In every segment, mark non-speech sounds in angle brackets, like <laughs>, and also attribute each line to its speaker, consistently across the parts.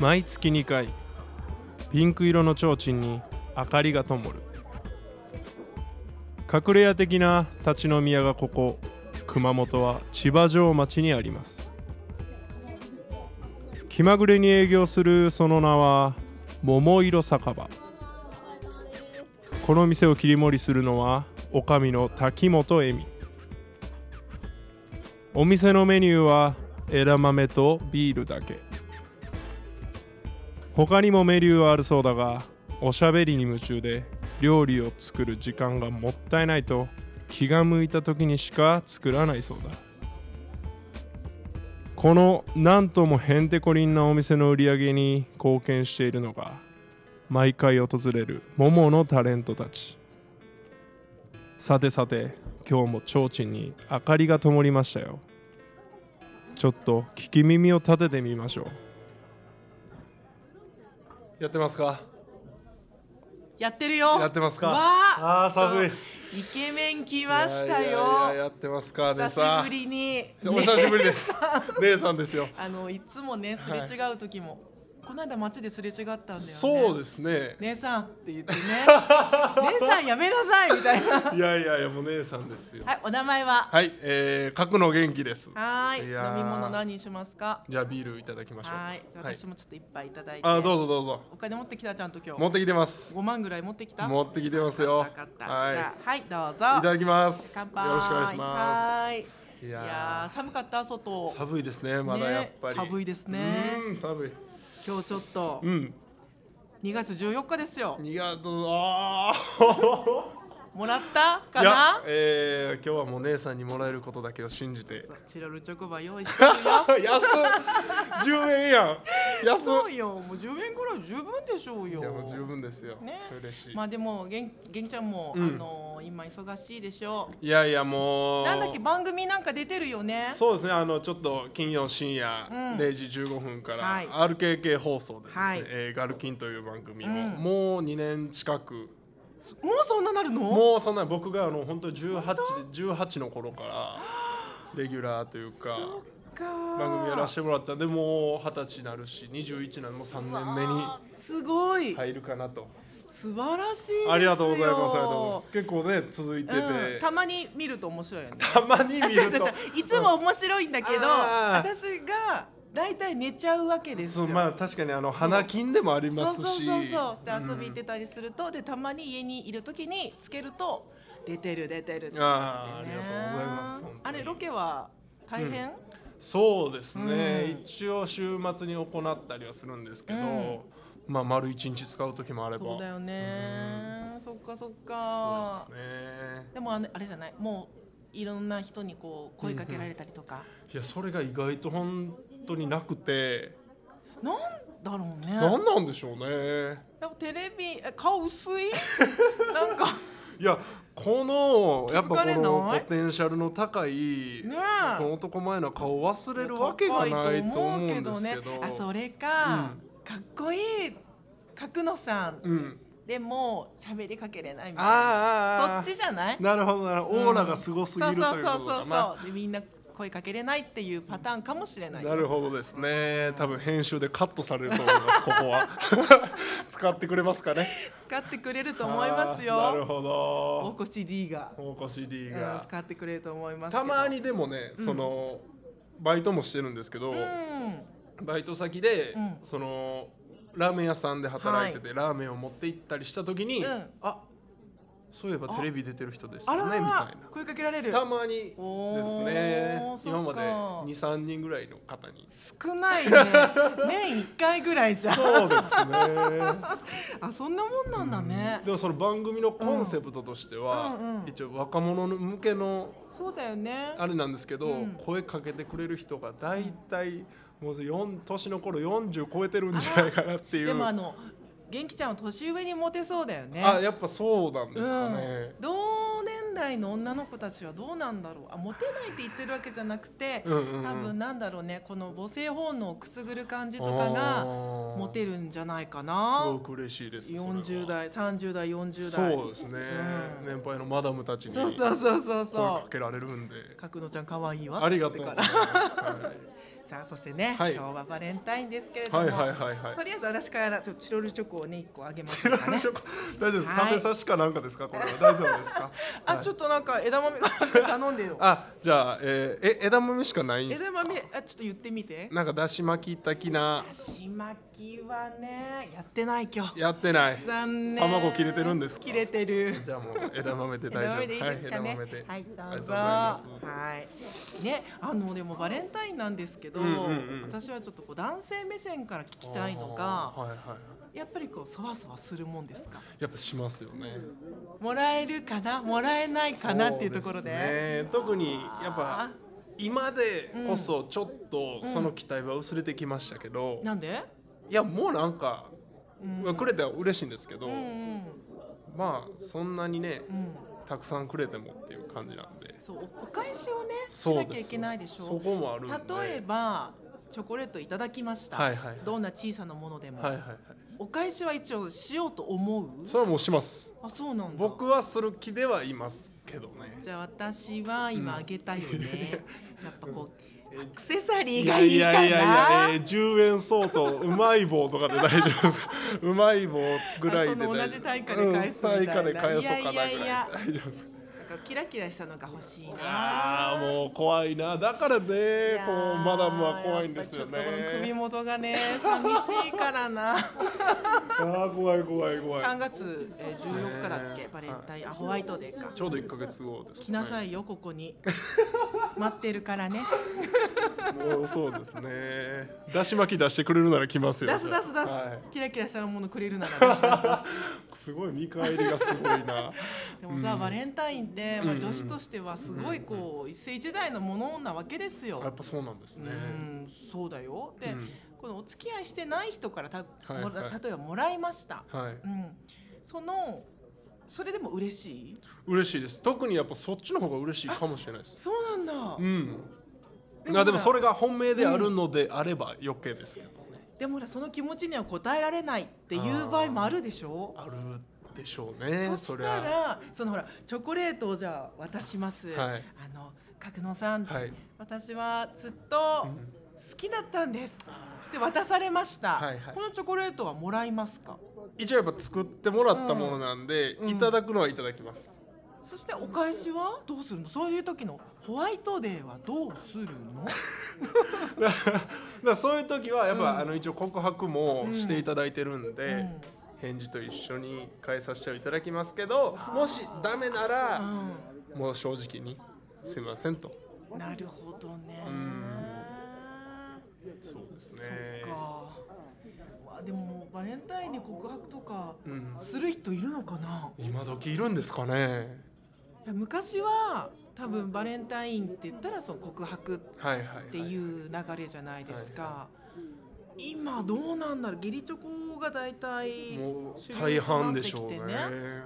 Speaker 1: 毎月2回ピンク色の提灯に明かりが灯る隠れ家的な立ち飲み屋がここ熊本は千葉城町にあります気まぐれに営業するその名は桃色酒場この店を切り盛りするのは女将の滝本恵美お店のメニューは枝豆とビールだけ他にもメニューはあるそうだがおしゃべりに夢中で料理を作る時間がもったいないと気が向いた時にしか作らないそうだこのなんともへんてこりんなお店の売り上げに貢献しているのが毎回訪れるモモのタレントたちさてさて今日も提灯に明かりが灯りましたよちょっと聞き耳を立ててみましょうやってますか
Speaker 2: やってる
Speaker 1: <laughs>
Speaker 2: よ
Speaker 1: やってますか
Speaker 2: わあ
Speaker 1: あー寒い
Speaker 2: イケメン来ました
Speaker 1: いや
Speaker 2: よ
Speaker 1: いやいややってますか姉
Speaker 2: 久
Speaker 1: さ
Speaker 2: しぶ
Speaker 1: ん
Speaker 2: りに
Speaker 1: お久しぶりです姉さんですよ
Speaker 2: あのいつもねすれ違う時も、この間街ですれ違ったんだよね
Speaker 1: そうですすね
Speaker 2: 姉さんって言っ
Speaker 1: <laughs>
Speaker 2: てね姉さんやめなさいみたいな
Speaker 1: いやいやいやもう姉さんですよ
Speaker 2: はいお名前は
Speaker 1: はい、えー、角の元気です
Speaker 2: はーい
Speaker 1: いやー
Speaker 2: 飲み物何にしますか
Speaker 1: じゃあビールいただきましょう
Speaker 2: はーいじゃあ
Speaker 1: はい
Speaker 2: 私もちょっと一杯いただいて、
Speaker 1: あどうぞどうぞ
Speaker 2: お金持ってきたちゃんと今
Speaker 1: 持
Speaker 2: 日
Speaker 1: ってきてます
Speaker 2: 5万ぐらい持ってきた
Speaker 1: 持ってきてますよ
Speaker 2: わかった、じゃ
Speaker 1: は
Speaker 2: あはいどうぞ
Speaker 1: いいただきますよ
Speaker 2: 乾杯
Speaker 1: ろしくお願いしま
Speaker 2: はーい
Speaker 1: すい
Speaker 2: い
Speaker 1: やー
Speaker 2: やー寒かった外
Speaker 1: 寒いですねまだやっぱり、
Speaker 2: ね寒いですね
Speaker 1: うん寒い
Speaker 2: 今日ちょっと
Speaker 1: うん
Speaker 2: 2月14日ですよ
Speaker 1: 2月あ
Speaker 2: もらった
Speaker 1: あ
Speaker 2: かな
Speaker 1: えー、今日はもう姉さんにもらえることだけを信じて
Speaker 2: そうチロルチョコバ用意してるよ
Speaker 1: <laughs> 安っ10円やん <laughs> 安っ
Speaker 2: そうよもう10円ぐらい十分でしょうよ
Speaker 1: いやもう十分ですよ、
Speaker 2: ね
Speaker 1: 嬉しい、
Speaker 2: まあでもげんげんきちゃんも、
Speaker 1: うん
Speaker 2: あのー今忙しいでしょ
Speaker 1: いやいやも
Speaker 2: う
Speaker 1: う
Speaker 2: なんだっけ番組なんか出てるよね
Speaker 1: そうですねあのちょっと金曜深夜
Speaker 2: うん
Speaker 1: 0時15分から、
Speaker 2: はい
Speaker 1: RKK 放送でですね、
Speaker 2: はい
Speaker 1: えーガルキンという番組を、
Speaker 2: うん
Speaker 1: もう2年近く
Speaker 2: もうそんななるの
Speaker 1: もうそんな僕があの本当18 18の頃からレギュラーというか
Speaker 2: そっか
Speaker 1: 番組やらせてもらったんでもう二十歳になるし21なんでもう3年目
Speaker 2: わ
Speaker 1: に
Speaker 2: ーすごい、
Speaker 1: 入るかなと
Speaker 2: 素晴らしいですよ
Speaker 1: ありがとうございますありがとうございます結構ね続いてて、
Speaker 2: うん、たまに見ると面白いよね
Speaker 1: たまに見
Speaker 2: 違う
Speaker 1: る
Speaker 2: 違う
Speaker 1: と
Speaker 2: 違ういつも面白いんだけど、
Speaker 1: うんあー
Speaker 2: 私がだいたい寝ちゃうわけです
Speaker 1: そ
Speaker 2: よ。
Speaker 1: うまあ確かにあの花金でもあり
Speaker 2: そ
Speaker 1: ま
Speaker 2: う
Speaker 1: すし
Speaker 2: そうそうそう。して遊び
Speaker 1: う
Speaker 2: 行
Speaker 1: ん
Speaker 2: ってたりすると、でたまに家にいるときにつけると出てる出てるってね。
Speaker 1: あーありがとうございます本当に
Speaker 2: あれロケは大変？
Speaker 1: そうですね、
Speaker 2: うん
Speaker 1: 一応週末に行ったりはするんですけど、
Speaker 2: うん
Speaker 1: まあ丸一日使う時もあれば
Speaker 2: そうだよね。そっかそっか。
Speaker 1: そうですね
Speaker 2: でもあのあれじゃない。もういろんな人にこう声かけられたりとか。
Speaker 1: いやそれが意外と本当になくて、
Speaker 2: なんだろうね。
Speaker 1: なん、何なんでしょうね
Speaker 2: やっぱテレビえ顔薄
Speaker 1: <laughs>
Speaker 2: い？なんか
Speaker 1: いやこのやっぱ
Speaker 2: 気づ
Speaker 1: こ
Speaker 2: かれ
Speaker 1: の
Speaker 2: ない
Speaker 1: ポテンシャルの高い、
Speaker 2: ねえ
Speaker 1: この男前な顔忘れるわけがないと思うんですけど
Speaker 2: 高いと思うけどねあそれか、かっこいい角野さん、
Speaker 1: うん
Speaker 2: でも喋りかけれないみたいなそ
Speaker 1: あーあーあー
Speaker 2: っちじゃない
Speaker 1: なるほどなるほどオーラがすごすぎるということ
Speaker 2: そうそうそ
Speaker 1: だ
Speaker 2: う
Speaker 1: な
Speaker 2: そうでみんな声かけれないっていうパターンかもしれない
Speaker 1: なるほどですね多分編集でカットされると思いますここは
Speaker 2: <laughs>
Speaker 1: 使ってくれますかね
Speaker 2: 使ってくれると思います
Speaker 1: あーなる
Speaker 2: よ
Speaker 1: ほ
Speaker 2: 大
Speaker 1: ど
Speaker 2: 越 D が、
Speaker 1: 大越 D
Speaker 2: うん、
Speaker 1: が、
Speaker 2: 使ってくれると思いますけ
Speaker 1: た
Speaker 2: ど
Speaker 1: まにでもねその、バイトもしてるんですけど、
Speaker 2: うん
Speaker 1: バイト先で、
Speaker 2: うん
Speaker 1: そのラーメン屋さんで働いてて、ラーメンを持って行ったりした時に、
Speaker 2: うん
Speaker 1: あそういえばテレビ出てる人です
Speaker 2: あら
Speaker 1: よねみた
Speaker 2: ら
Speaker 1: いな
Speaker 2: 声かけられる
Speaker 1: たまにです
Speaker 2: おー
Speaker 1: ね
Speaker 2: そっか
Speaker 1: 今まで23人ぐらいの方に
Speaker 2: 少ない
Speaker 1: <laughs>
Speaker 2: ね年1回ぐらいじゃん
Speaker 1: そうですね
Speaker 2: あそんなもんなんだね、
Speaker 1: <laughs> でもその番組のコンセプトとしては、
Speaker 2: うんうんうん
Speaker 1: 一応若者向けの
Speaker 2: そうだよね
Speaker 1: あれなんですけど、
Speaker 2: うん
Speaker 1: 声かけてくれる人が大体もう四年の頃40超えてるんじゃないかなっていう
Speaker 2: でもあの元気ちゃんは年上にモテそうだよね。
Speaker 1: あやっぱそうなんですかね
Speaker 2: う、ん、同年代の女の子たちはどうなんだろうあモテないって言ってるわけじゃなくて、
Speaker 1: うんうんうん
Speaker 2: 多分なんだろうねこの母性本能をくすぐる感じとかがモテ
Speaker 1: る
Speaker 2: るんじゃないか
Speaker 1: す
Speaker 2: な
Speaker 1: ごく嬉しいです
Speaker 2: 40
Speaker 1: 代
Speaker 2: 代30代40代
Speaker 1: そうですね、
Speaker 2: うん
Speaker 1: 年配のマダムたちに
Speaker 2: そう
Speaker 1: 声
Speaker 2: そうそうそう
Speaker 1: か
Speaker 2: そ
Speaker 1: けられるんで
Speaker 2: う角野ちゃん可愛いわ
Speaker 1: ありがとう
Speaker 2: つ
Speaker 1: ご
Speaker 2: っ
Speaker 1: ざ
Speaker 2: て
Speaker 1: い
Speaker 2: か
Speaker 1: ま
Speaker 2: ら <laughs>
Speaker 1: す、はい
Speaker 2: さあそしてね、
Speaker 1: はい
Speaker 2: 今日はバレンタインですけれども、
Speaker 1: はいはいはいはい
Speaker 2: とりあえず私からちょっとチロルチョコをね一個あげま
Speaker 1: チ
Speaker 2: す
Speaker 1: ロ
Speaker 2: か
Speaker 1: ル
Speaker 2: ね
Speaker 1: チョコ大丈夫です、
Speaker 2: はい
Speaker 1: 食べさしかなんかですかこれは大丈夫ですか
Speaker 2: あちょっとなんか枝豆が頼んでよ
Speaker 1: あじゃあ、えーえ枝豆しかないんです
Speaker 2: 枝豆あちょっと言ってみて
Speaker 1: なんかだし巻き的な
Speaker 2: だし巻きはねやってない今日
Speaker 1: やって
Speaker 2: <laughs>
Speaker 1: ない
Speaker 2: 残念
Speaker 1: 卵切れてるんですか
Speaker 2: 切れてる
Speaker 1: じゃあもう枝豆で大
Speaker 2: 枝
Speaker 1: 丈夫
Speaker 2: 豆でいいですか
Speaker 1: はい枝
Speaker 2: ね
Speaker 1: 豆で、
Speaker 2: はい、ど
Speaker 1: ありがと
Speaker 2: う
Speaker 1: う
Speaker 2: ぞ
Speaker 1: ございます
Speaker 2: はいねあのでもバレンタインなんですけど、
Speaker 1: うんうんうん
Speaker 2: 私はちょっとこう男性目線から聞きたいのが
Speaker 1: あーはいはいはい
Speaker 2: やっぱりこうそわそわするもんですか
Speaker 1: やっぱしますよね
Speaker 2: もらえるかなもらえないかなっていうとこ
Speaker 1: そう
Speaker 2: ろで
Speaker 1: すね特にやっぱ今でこそちょっと
Speaker 2: うん
Speaker 1: その期待は薄れてきましたけど、
Speaker 2: なんで、
Speaker 1: いやもうなんか、
Speaker 2: うん
Speaker 1: まあくれたら嬉しいんですけど、
Speaker 2: うんうん
Speaker 1: まあそんなにね
Speaker 2: うん
Speaker 1: たくさんくれてもっていう感じなんで
Speaker 2: そうおお返しをねし
Speaker 1: そう
Speaker 2: な
Speaker 1: です
Speaker 2: きゃいけないでし
Speaker 1: そ
Speaker 2: ょ
Speaker 1: こもあるんで
Speaker 2: 例えばチョコレートいただきました、
Speaker 1: はいはい
Speaker 2: どんな小さなものでも、
Speaker 1: はいはいはい
Speaker 2: お返しは一応しようと思う
Speaker 1: それはもうします
Speaker 2: あそうなんだ
Speaker 1: 僕はする気ではいますけどね
Speaker 2: じゃあ私は今あげたよね、
Speaker 1: <laughs>
Speaker 2: やっぱこう
Speaker 1: うん
Speaker 2: アクセサリーがいいかな
Speaker 1: やいやいや、えー、10円相当うまい棒とかで大丈夫ですうまい棒ぐらいで大丈夫
Speaker 2: あその同じ対価で返すみたいな
Speaker 1: うん対価で返そうかなぐらい
Speaker 2: いやいやいや
Speaker 1: 大丈夫です
Speaker 2: なんかキラキラしたのが欲しいな
Speaker 1: あーもう怖いなだからねこ
Speaker 2: いやー
Speaker 1: うマダムは怖いんですよね
Speaker 2: やっぱちょっとこの首元
Speaker 1: <laughs>
Speaker 2: がね寂しいからな
Speaker 1: あー怖い怖い怖
Speaker 2: 3
Speaker 1: い
Speaker 2: 月えー14日だっけ
Speaker 1: ね
Speaker 2: バレンタインあホワイトデーか
Speaker 1: ちょうど1ヶ月後です、ね、
Speaker 2: 来なさいよここ
Speaker 1: <laughs>
Speaker 2: に待ってるからね
Speaker 1: もうそうですねだし巻き出してくれるなら来ますよ
Speaker 2: 出す出す出す、
Speaker 1: は
Speaker 2: キラキラしたものくれるなら出
Speaker 1: <laughs>
Speaker 2: します
Speaker 1: い、すごい見返りがすごいな
Speaker 2: でもさ、
Speaker 1: うん
Speaker 2: バレンタインって、まあ、
Speaker 1: うんうん
Speaker 2: 女子としてはすごいこう、一世一代のものなわけですよ。
Speaker 1: やっぱそうなんです
Speaker 2: う
Speaker 1: ね、
Speaker 2: んそうだよで、
Speaker 1: うん
Speaker 2: このお付き合いしてない人からた、
Speaker 1: い
Speaker 2: もら
Speaker 1: はい
Speaker 2: 例えばもらいました、
Speaker 1: はい
Speaker 2: うん、そのそれでも嬉しい
Speaker 1: 嬉しいです特にやっぱそっちの方が嬉しいかもしれないです
Speaker 2: そうなんだ、
Speaker 1: うん
Speaker 2: でも
Speaker 1: あでも
Speaker 2: ほら
Speaker 1: それが本命であるのであれば余計ですけどね、
Speaker 2: でもほらその気持ちには応えられないっていう場合もあるでしょ
Speaker 1: あるでしょうね
Speaker 2: そ
Speaker 1: そ
Speaker 2: し
Speaker 1: り
Speaker 2: た
Speaker 1: ゃ
Speaker 2: らそのほらチョコレートをじゃあ渡します、
Speaker 1: はい
Speaker 2: あの角野さん、
Speaker 1: はい、
Speaker 2: 私はずっと、
Speaker 1: うん
Speaker 2: 好きだったんですで渡されました、
Speaker 1: はいはい
Speaker 2: このチョコレートはもらいますか
Speaker 1: 一応やっぱ作ってもらったものなんで、
Speaker 2: うん
Speaker 1: いただくのはいただきます、 <laughs>
Speaker 2: そしてお返しはどうするのそういう時のホワイトデーはどうするの
Speaker 1: だからだからそういう時はやっぱ、
Speaker 2: うん
Speaker 1: あの一応告白もしていただいてるんで、
Speaker 2: うん
Speaker 1: 返事と一緒に返させていただきますけどもしダメなら、もう正直にすいませんと
Speaker 2: うん、なるほどね
Speaker 1: うんそうです
Speaker 2: そ
Speaker 1: ね
Speaker 2: っかうわでもバレンタインに告白とか
Speaker 1: うん、
Speaker 2: する人いるのかな
Speaker 1: 今時いるんですかね
Speaker 2: いや昔は多分バレンタインって言ったらその告白
Speaker 1: はいはい、はい、
Speaker 2: っていう流れじゃないですか。今どうなんだろう。義理チョコが大体
Speaker 1: もう
Speaker 2: 主流
Speaker 1: 大
Speaker 2: とな
Speaker 1: 半
Speaker 2: って
Speaker 1: で
Speaker 2: き
Speaker 1: しょう
Speaker 2: て
Speaker 1: ね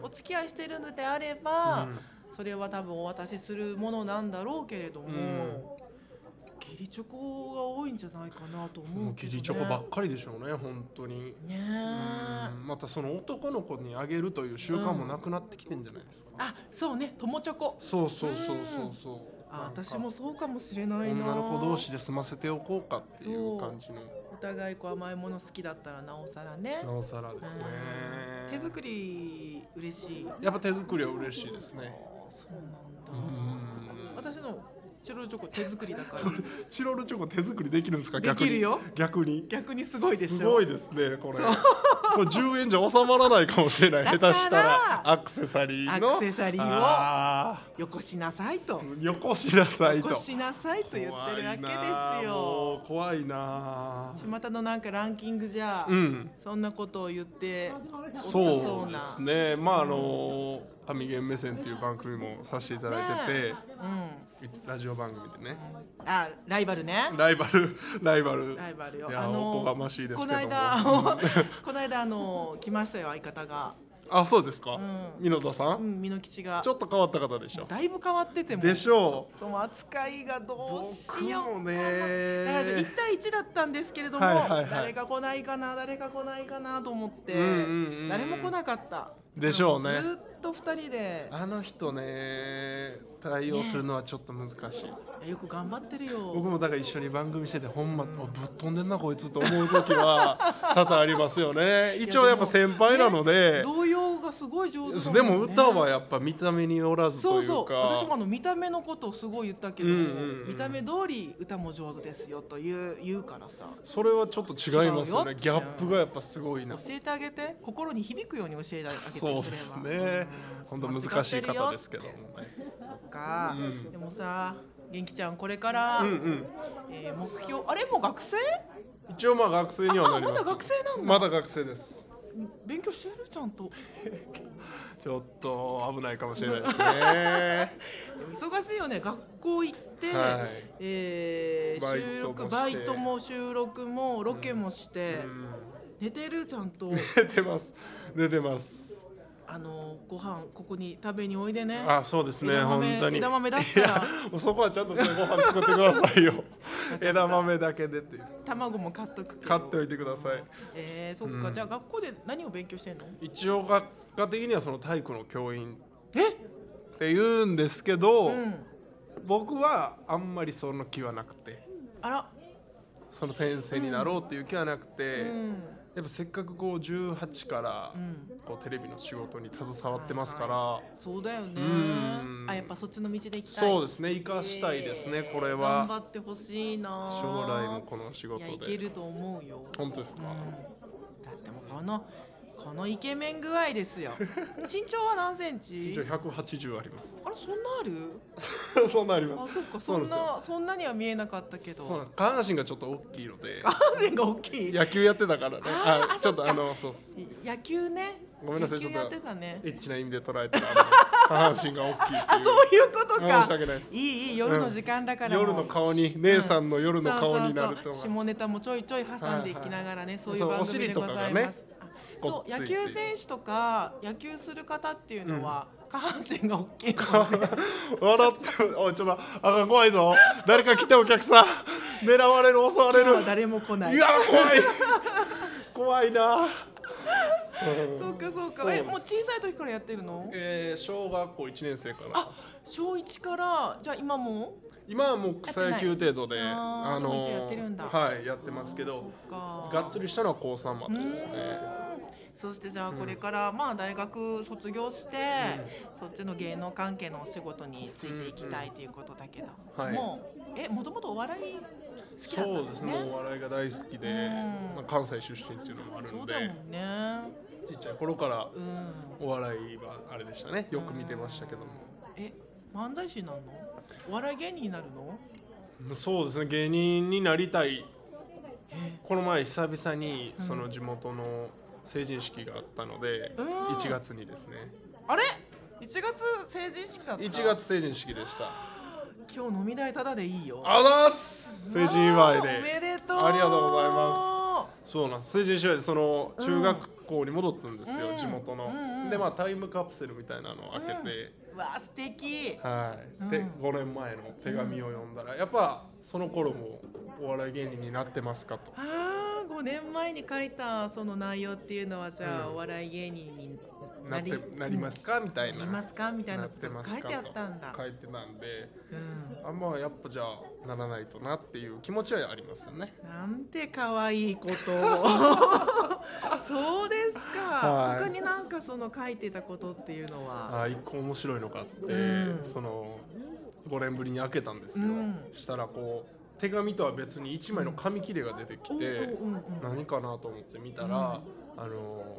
Speaker 2: お付き合いしてるのであれ
Speaker 1: う
Speaker 2: ば、
Speaker 1: ん
Speaker 2: それは多分お渡しするものなんだろうけれども、
Speaker 1: うん
Speaker 2: 義理チョコが多いんじゃないかなと
Speaker 1: も
Speaker 2: 思
Speaker 1: う
Speaker 2: う
Speaker 1: ギ
Speaker 2: けどね。
Speaker 1: リチョコばっかりでしょうね本当に
Speaker 2: ねえ
Speaker 1: うんまたその男の子にあげるという習慣もなくなってきてんじゃないですか、
Speaker 2: あ、そうね、友チョコ。
Speaker 1: そうそうそうそうそう
Speaker 2: あ、
Speaker 1: なんか
Speaker 2: 私もそうかもしれないな。
Speaker 1: 女の子同士で済ませておこうかってい
Speaker 2: そう
Speaker 1: う感じの
Speaker 2: お互いこう甘いもの好きだったらなおさらね。
Speaker 1: なおさらですね
Speaker 2: うん手作り嬉しい。
Speaker 1: やっぱ手作りは嬉しいですね
Speaker 2: そう
Speaker 1: う
Speaker 2: なんだ。
Speaker 1: ん
Speaker 2: 私のチロルチョコ手作りだから
Speaker 1: チロルチョコ手作りできるん <laughs> ですか
Speaker 2: で
Speaker 1: 逆
Speaker 2: き
Speaker 1: に
Speaker 2: るよ
Speaker 1: 逆に
Speaker 2: 逆にすごいでしょ
Speaker 1: すごいですねこれ
Speaker 2: そう
Speaker 1: これ10円じゃ収まらないかもしれない
Speaker 2: だか
Speaker 1: 下
Speaker 2: ら
Speaker 1: 手したらアクセサリーの
Speaker 2: アクセサリーを
Speaker 1: あ
Speaker 2: よこしなさいと
Speaker 1: ーよこしなさい
Speaker 2: よ
Speaker 1: と
Speaker 2: こしなさいと言ってるわけですよ
Speaker 1: 怖いなあもう怖いなあ
Speaker 2: 巷のなんかランキングじゃ、
Speaker 1: うん
Speaker 2: そんなことを言っておったそ
Speaker 1: そうう
Speaker 2: な
Speaker 1: ですねまああの神源目線っていう番組もさせていただいてて、ラジオ番組でね
Speaker 2: うん、あライバルね
Speaker 1: ライバルライバル
Speaker 2: ライバルよ
Speaker 1: いやおこがましいですけど
Speaker 2: こ
Speaker 1: も
Speaker 2: の間
Speaker 1: <laughs>
Speaker 2: この間あの来ましたよ相方が、
Speaker 1: あそうですか、
Speaker 2: うん
Speaker 1: 美濃田さん、
Speaker 2: うん、美濃吉が
Speaker 1: ちょっと変わった方でしょ
Speaker 2: だいぶ変わってても
Speaker 1: でしょう
Speaker 2: ちょっと扱いがどうしよう
Speaker 1: 僕もね
Speaker 2: だから1対1だったんですけれども、
Speaker 1: はいはいはい
Speaker 2: 誰が来ないかな誰が来ないかなと思って、
Speaker 1: うんうんうんうん
Speaker 2: 誰も来なかった
Speaker 1: でしょうね
Speaker 2: ずっと二人で
Speaker 1: あの人ね対応するのはちょっと難しい、
Speaker 2: よく頑張ってる
Speaker 1: 僕
Speaker 2: よ
Speaker 1: もだから一緒に番組しててほんま、あぶっ飛んでんなこいつと思う時は多々ありますよね一応やっぱ先輩なので
Speaker 2: 動揺がすごい上手だもんね
Speaker 1: でも歌はやっぱ見た目によらずと
Speaker 2: そう
Speaker 1: いうか
Speaker 2: そう私もあの見た目のことをすごい言ったけど、
Speaker 1: うんうんうん
Speaker 2: 見た目通り歌も上手ですよという言うからさ
Speaker 1: それはちょっと違いますよ
Speaker 2: 違うよ
Speaker 1: ねギャップがやっぱすごい
Speaker 2: 教
Speaker 1: な
Speaker 2: えてあげて心に響くように教えてあげて
Speaker 1: そうですね本当難しい方ですけどもね
Speaker 2: か、
Speaker 1: うん
Speaker 2: でもさ元気ちゃんこれから、
Speaker 1: うんうん
Speaker 2: えー目標あれもう学生
Speaker 1: 一応まあ学生にはなります
Speaker 2: あまだ学生なんだ
Speaker 1: まだ学生です
Speaker 2: 勉強してるちゃんと
Speaker 1: ちょっと危ないかもしれないですね
Speaker 2: でも忙しいよね学校行って、
Speaker 1: はい
Speaker 2: えー
Speaker 1: バイ
Speaker 2: 収
Speaker 1: トも
Speaker 2: 録
Speaker 1: して
Speaker 2: バイトも収録もロケもして、
Speaker 1: うん
Speaker 2: 寝てるちゃんと
Speaker 1: 出てます出てます
Speaker 2: あのご飯ここに食べにおいでね
Speaker 1: あそうですね
Speaker 2: 枝豆
Speaker 1: 本当に
Speaker 2: 枝豆出すから
Speaker 1: いやもうそこはちゃんとしたご飯作ってくださいよ枝豆だけでっていう
Speaker 2: 卵も買っとくけど
Speaker 1: 買っておいてください
Speaker 2: えー、そっか、
Speaker 1: うん
Speaker 2: じゃあ学校で何を勉強してんの
Speaker 1: 一応学科的にはその体育の教員
Speaker 2: え
Speaker 1: って言うんですけど、
Speaker 2: うん
Speaker 1: 僕はあんまりその気はなくて
Speaker 2: あら
Speaker 1: その転生になろうっていう気はなくて、
Speaker 2: うん
Speaker 1: やっぱせっかくこう18から
Speaker 2: うん
Speaker 1: こうテレビの仕事に携わってますから、
Speaker 2: そうだよね
Speaker 1: うん
Speaker 2: あやっぱそっちの道で行きたい
Speaker 1: そうですすね生かしたいですね、これ
Speaker 2: 頑張
Speaker 1: は
Speaker 2: ってほしいな
Speaker 1: 将来もこの仕
Speaker 2: いやい
Speaker 1: 事
Speaker 2: け
Speaker 1: で
Speaker 2: ると思うよ
Speaker 1: 本当です
Speaker 2: う
Speaker 1: か
Speaker 2: ん、だってもうこのこのイケメン具合です
Speaker 1: <laughs>
Speaker 2: よ身長は何センチ
Speaker 1: 身長180あります
Speaker 2: あれそんなある
Speaker 1: <laughs> そうなりま
Speaker 2: あ
Speaker 1: す
Speaker 2: そっか
Speaker 1: そ
Speaker 2: そ
Speaker 1: うんですよ
Speaker 2: なそんなには見えなかったけど
Speaker 1: そうなんです下半身がちょっと大きいので
Speaker 2: 下半身が大きい
Speaker 1: 野球やってたからね
Speaker 2: あー
Speaker 1: はいちょっとあのそうっす
Speaker 2: 野球ね
Speaker 1: ごめんなさい
Speaker 2: 野球
Speaker 1: ちょ
Speaker 2: や
Speaker 1: っ
Speaker 2: っ
Speaker 1: と
Speaker 2: てたね
Speaker 1: エッチな意味で捉えたらあの下半身が大きいって
Speaker 2: あ
Speaker 1: いう
Speaker 2: そういうことか
Speaker 1: 申し訳ないです
Speaker 2: いいいい夜の時間だからもう
Speaker 1: 夜の顔に姉さんの夜の顔になる
Speaker 2: そ
Speaker 1: と
Speaker 2: うそ
Speaker 1: 思
Speaker 2: うそうう下ネタもちょいちょい挟んでいきながらね、そういう番組でござい
Speaker 1: そうお
Speaker 2: ま
Speaker 1: 尻と。
Speaker 2: すあ
Speaker 1: こ
Speaker 2: そうう野
Speaker 1: ついて
Speaker 2: 球選手とか野球する方っていうのは、下半身が大きいので、
Speaker 1: 笑っておいちょっとあかん怖いぞ誰か来てお客さん狙われる襲われる
Speaker 2: 今日は誰も来ない
Speaker 1: い。や怖い怖いな、うん
Speaker 2: そうかそうか。
Speaker 1: です
Speaker 2: えもう小さい時からやってるの？
Speaker 1: えー小学校1年生かな
Speaker 2: あ小一からじゃあ今も？
Speaker 1: 今はもう草野球程度で
Speaker 2: やってないあーでも一応やってるんだ
Speaker 1: はいやってますけど
Speaker 2: か
Speaker 1: がっつりしたのは高3までですね
Speaker 2: そしてじゃあこれから、まあ大学卒業して、そっちの芸能関係のお仕事についていきたいということだけど、
Speaker 1: うんはい
Speaker 2: もうえもともとお笑い好きだ
Speaker 1: そ
Speaker 2: ったん
Speaker 1: う
Speaker 2: だ
Speaker 1: で
Speaker 2: よ
Speaker 1: すねお
Speaker 2: ね。
Speaker 1: 笑いが大好きで、
Speaker 2: うん
Speaker 1: まあ、関西出身っていうのもある
Speaker 2: そ
Speaker 1: ん
Speaker 2: う
Speaker 1: で
Speaker 2: だもんね。
Speaker 1: ちっちゃい頃から
Speaker 2: うん。
Speaker 1: お笑いはあれでしたねよく見てましたけども
Speaker 2: え漫才師になるの？お笑い芸人になるの？
Speaker 1: そうですね芸人になりたい
Speaker 2: え
Speaker 1: この前久々に
Speaker 2: うん
Speaker 1: その地元の成人式があったので
Speaker 2: うん
Speaker 1: 1月にですね
Speaker 2: あれ？一月成人式だった。
Speaker 1: 1月。成人式でした
Speaker 2: 今日飲み代ただでいいよ。
Speaker 1: あざっす成人祝い
Speaker 2: わあおめ
Speaker 1: で
Speaker 2: でとう。
Speaker 1: ありがとうございまそうなんです成人祝いでその
Speaker 2: うん
Speaker 1: 中学校に戻ったんです
Speaker 2: う
Speaker 1: よ
Speaker 2: ん
Speaker 1: 地元
Speaker 2: うんうん
Speaker 1: のでまあタイムカプセルみたいなのを開けて
Speaker 2: す。わあ素敵。
Speaker 1: はい、
Speaker 2: う
Speaker 1: で
Speaker 2: ん
Speaker 1: 5年前の手紙を読んだらやっぱその頃もお笑い芸人になってますかと
Speaker 2: ああ5年前に書いたその内容っていうのはじゃあ、
Speaker 1: うん
Speaker 2: お笑い芸人に
Speaker 1: なってなりますかみたい
Speaker 2: うん
Speaker 1: な
Speaker 2: なりますかみたい
Speaker 1: な
Speaker 2: な
Speaker 1: っ
Speaker 2: こと
Speaker 1: て
Speaker 2: が
Speaker 1: ます
Speaker 2: 書
Speaker 1: か
Speaker 2: いてあったんだ
Speaker 1: と書いてたんで
Speaker 2: う
Speaker 1: あんまやっぱじゃあならないとなっていう気持ちはありますよね
Speaker 2: ん、なんて可愛いこと
Speaker 1: <laughs>
Speaker 2: をそうですか、
Speaker 1: はい
Speaker 2: 他になんかその書いてたことっていうのは
Speaker 1: ああ一個面白いのがあって、
Speaker 2: うん
Speaker 1: その5年ぶりに開けたんですよ、
Speaker 2: うん
Speaker 1: したらこう手紙とは別に1枚の紙切れが出てき
Speaker 2: おうお
Speaker 1: て、
Speaker 2: ううんうん
Speaker 1: 何かなと思って見たら、あの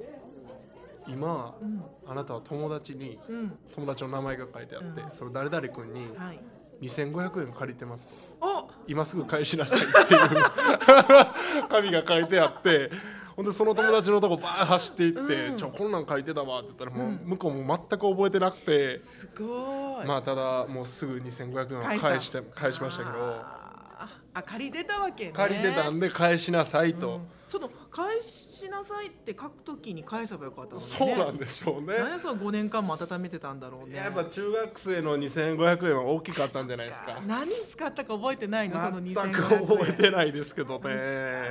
Speaker 1: 今
Speaker 2: うん
Speaker 1: あなたは友達に
Speaker 2: うん
Speaker 1: 友達の名前が書いてあって、
Speaker 2: うん
Speaker 1: その誰々君に
Speaker 2: はい
Speaker 1: 2500円借りてますと
Speaker 2: お
Speaker 1: 今すぐ返しなさいっていう
Speaker 2: <laughs>
Speaker 1: 紙が書いてあってほんでその友達のとこバーッ走っていって「
Speaker 2: うん
Speaker 1: ちょこんなん書いてたわ」って言ったらもう
Speaker 2: うん
Speaker 1: 向こうも全く覚えてなくて、
Speaker 2: すごい、
Speaker 1: まあただもうすぐ2500円は返して返しましたけど
Speaker 2: あーあ借りてたわけね
Speaker 1: 借りてたんで返しなさいと、
Speaker 2: うんその返しなさいって書くときに返せばよかったのにね
Speaker 1: そうなんでしょうね。
Speaker 2: 何でその5年間も温めてたんだろうね
Speaker 1: やっぱ中学生の2500円は大きかったんじゃないですか。
Speaker 2: 何に使ったか覚えてないのその
Speaker 1: 全
Speaker 2: 2500
Speaker 1: く
Speaker 2: 円
Speaker 1: 覚えてないですけど
Speaker 2: あそ
Speaker 1: ね。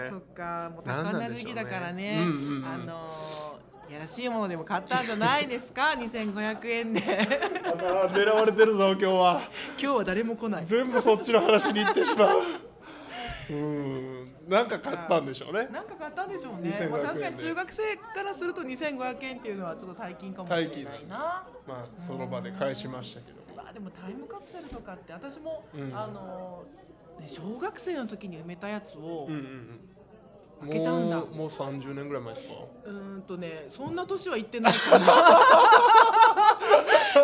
Speaker 2: っかもう
Speaker 1: 何
Speaker 2: 高
Speaker 1: な
Speaker 2: なん
Speaker 1: でし
Speaker 2: 時
Speaker 1: ょうね
Speaker 2: 期だからね
Speaker 1: うんうんうん
Speaker 2: あのーいやらしいものでも買ったんじゃないですか2500円で
Speaker 1: あー狙われてる <laughs> ぞ今日は
Speaker 2: 今日は誰も来ない
Speaker 1: 全部そっちの話に行ってしまううんなんか買ったんでしょうね
Speaker 2: <laughs> なんか買ったんでしょうね
Speaker 1: 2500、円
Speaker 2: まあ、確かに中学生からすると2500円っていうのはちょっと大金かもしれないな
Speaker 1: まあその場で返しましたけど
Speaker 2: まあでもタイムカプセルとかって私も、
Speaker 1: うん
Speaker 2: あのね小学生の時に埋めたやつを、
Speaker 1: うんうんうん
Speaker 2: 開けたんだ
Speaker 1: もうもう30年ぐらい前ですか
Speaker 2: うーんとね、そんな年は行ってない
Speaker 1: <laughs>
Speaker 2: かな。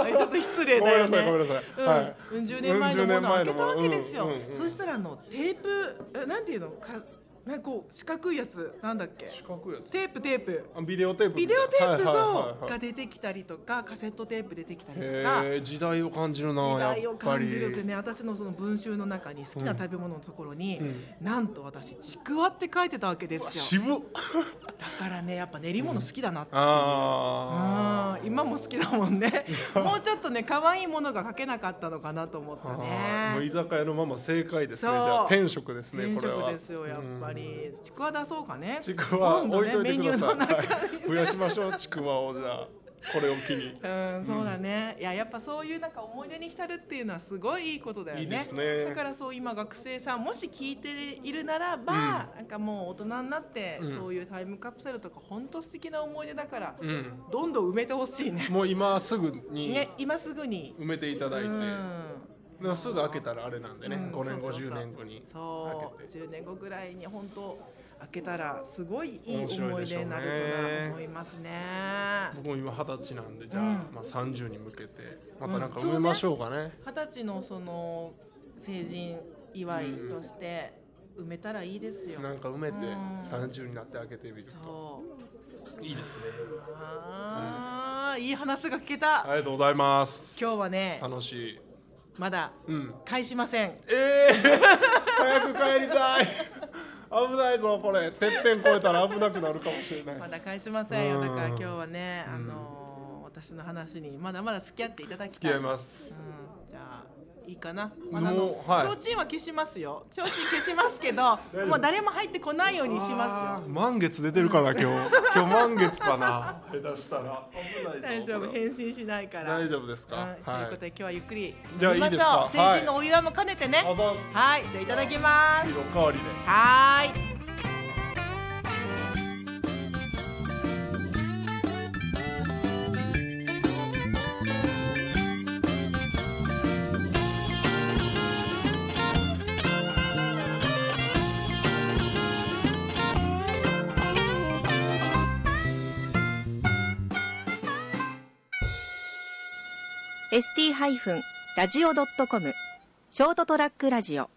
Speaker 2: ちょっと失礼だよね。
Speaker 1: ごめんなさいごめんなさい
Speaker 2: うん、
Speaker 1: はい
Speaker 2: うん十年前のものを開けたわけですよ。
Speaker 1: うんうんうんうん
Speaker 2: そしたらあのテープ、えなんていうのか、なんかこう四角いやつなんだっけ？
Speaker 1: 四角いやつ
Speaker 2: テープテープ。
Speaker 1: あビデオテープ
Speaker 2: ビ
Speaker 1: み
Speaker 2: デ
Speaker 1: たいな
Speaker 2: オテープ
Speaker 1: はいはい
Speaker 2: そう
Speaker 1: はいは
Speaker 2: が
Speaker 1: い
Speaker 2: 出てきたりとか、カセットテープ出てきたりとか。
Speaker 1: へえ時代を感じるな
Speaker 2: 時
Speaker 1: や
Speaker 2: 代を
Speaker 1: っぱ
Speaker 2: 感
Speaker 1: り
Speaker 2: じるんですね。私のその文集の中に好きな食べ物のところに、なんと私ちくわって書いてたわけです
Speaker 1: うわ
Speaker 2: よ。
Speaker 1: 渋っ
Speaker 2: だからね、やっぱ練り物好きだなっていう。
Speaker 1: あー
Speaker 2: うん今も好きだもんねもうちょっとね可愛いものが描けなかったのかなと思った
Speaker 1: あーもう
Speaker 2: ね
Speaker 1: 居酒屋のまま正解ですね
Speaker 2: そう
Speaker 1: じゃあ転職ですね
Speaker 2: 転
Speaker 1: これは
Speaker 2: 職ですよやっぱりちくわ出そうかね
Speaker 1: ちくわ
Speaker 2: 今度
Speaker 1: 置い
Speaker 2: ね
Speaker 1: といてください、
Speaker 2: メニューの中
Speaker 1: はい増やしましょうちくわをじゃあこれを機に
Speaker 2: うん、そうだね、いややっぱそういうなんか思い出に浸るっていうのはすごいいいことだよね
Speaker 1: いいですね
Speaker 2: だからそう今学生さんもし聞いているならば、なんかもう大人になって、
Speaker 1: うん
Speaker 2: そういうタイムカプセルとか本当素敵な思い出だから、
Speaker 1: うん
Speaker 2: どんどん埋めてほしいね
Speaker 1: もう今すぐに
Speaker 2: ね
Speaker 1: 埋
Speaker 2: 今すぐに、
Speaker 1: めていただいて、
Speaker 2: うん
Speaker 1: でもすぐ開けたらあれなんでね、
Speaker 2: うん
Speaker 1: 5年
Speaker 2: そうそうそう
Speaker 1: 50年後に
Speaker 2: そ
Speaker 1: 開
Speaker 2: う
Speaker 1: けて
Speaker 2: 10年後ぐらいに本当開けたらすごいいい
Speaker 1: 面白
Speaker 2: 思
Speaker 1: いで
Speaker 2: い
Speaker 1: し
Speaker 2: 出
Speaker 1: ょうね
Speaker 2: になるとな思いますね。
Speaker 1: 僕も今二十歳なんでじゃあ、
Speaker 2: うん
Speaker 1: まあ、30に向けてまたなんか埋めましょうかね,、
Speaker 2: 二十歳のその成人祝いとして埋めたらいいですよ。
Speaker 1: なんか埋めて
Speaker 2: うん
Speaker 1: 30になって開けてみると
Speaker 2: そう。
Speaker 1: いいですね
Speaker 2: ああ、いい話が聞けた。
Speaker 1: ありがとうございます
Speaker 2: 今日はね、
Speaker 1: 楽しい
Speaker 2: まだ
Speaker 1: うん
Speaker 2: 返しません。
Speaker 1: ええ
Speaker 2: <laughs>
Speaker 1: ー、早く帰りたい危ないぞこれてっぺん越えたら危なくなるかもしれない、
Speaker 2: まだ返しませんよ。だから
Speaker 1: うん
Speaker 2: 今日はね、
Speaker 1: うん
Speaker 2: あのー私の話にまだまだ付き合っていただき
Speaker 1: 付
Speaker 2: た
Speaker 1: き
Speaker 2: い。
Speaker 1: 合います
Speaker 2: うんじゃあいいかな。
Speaker 1: も
Speaker 2: ま
Speaker 1: う
Speaker 2: だあの、
Speaker 1: はい
Speaker 2: 提灯は消しますよ。提灯消しますけど、
Speaker 1: 丈夫
Speaker 2: もう誰も入ってこないようにしますよ。
Speaker 1: すよ満月出てるかな今日
Speaker 2: <laughs>
Speaker 1: 今日満月かな下手したら危ない
Speaker 2: 大
Speaker 1: ぞ
Speaker 2: 丈夫、
Speaker 1: これ
Speaker 2: 返信しないから。
Speaker 1: 大丈夫ですか、
Speaker 2: はい、ということで今日はゆっくり
Speaker 1: じゃあいいですか
Speaker 2: 成人のお祝いも兼ねてね。
Speaker 1: あざっす
Speaker 2: はい、じゃあいただきます。
Speaker 1: おかわりで
Speaker 2: はーい。
Speaker 3: ST-radio.com ショートトラックラジオ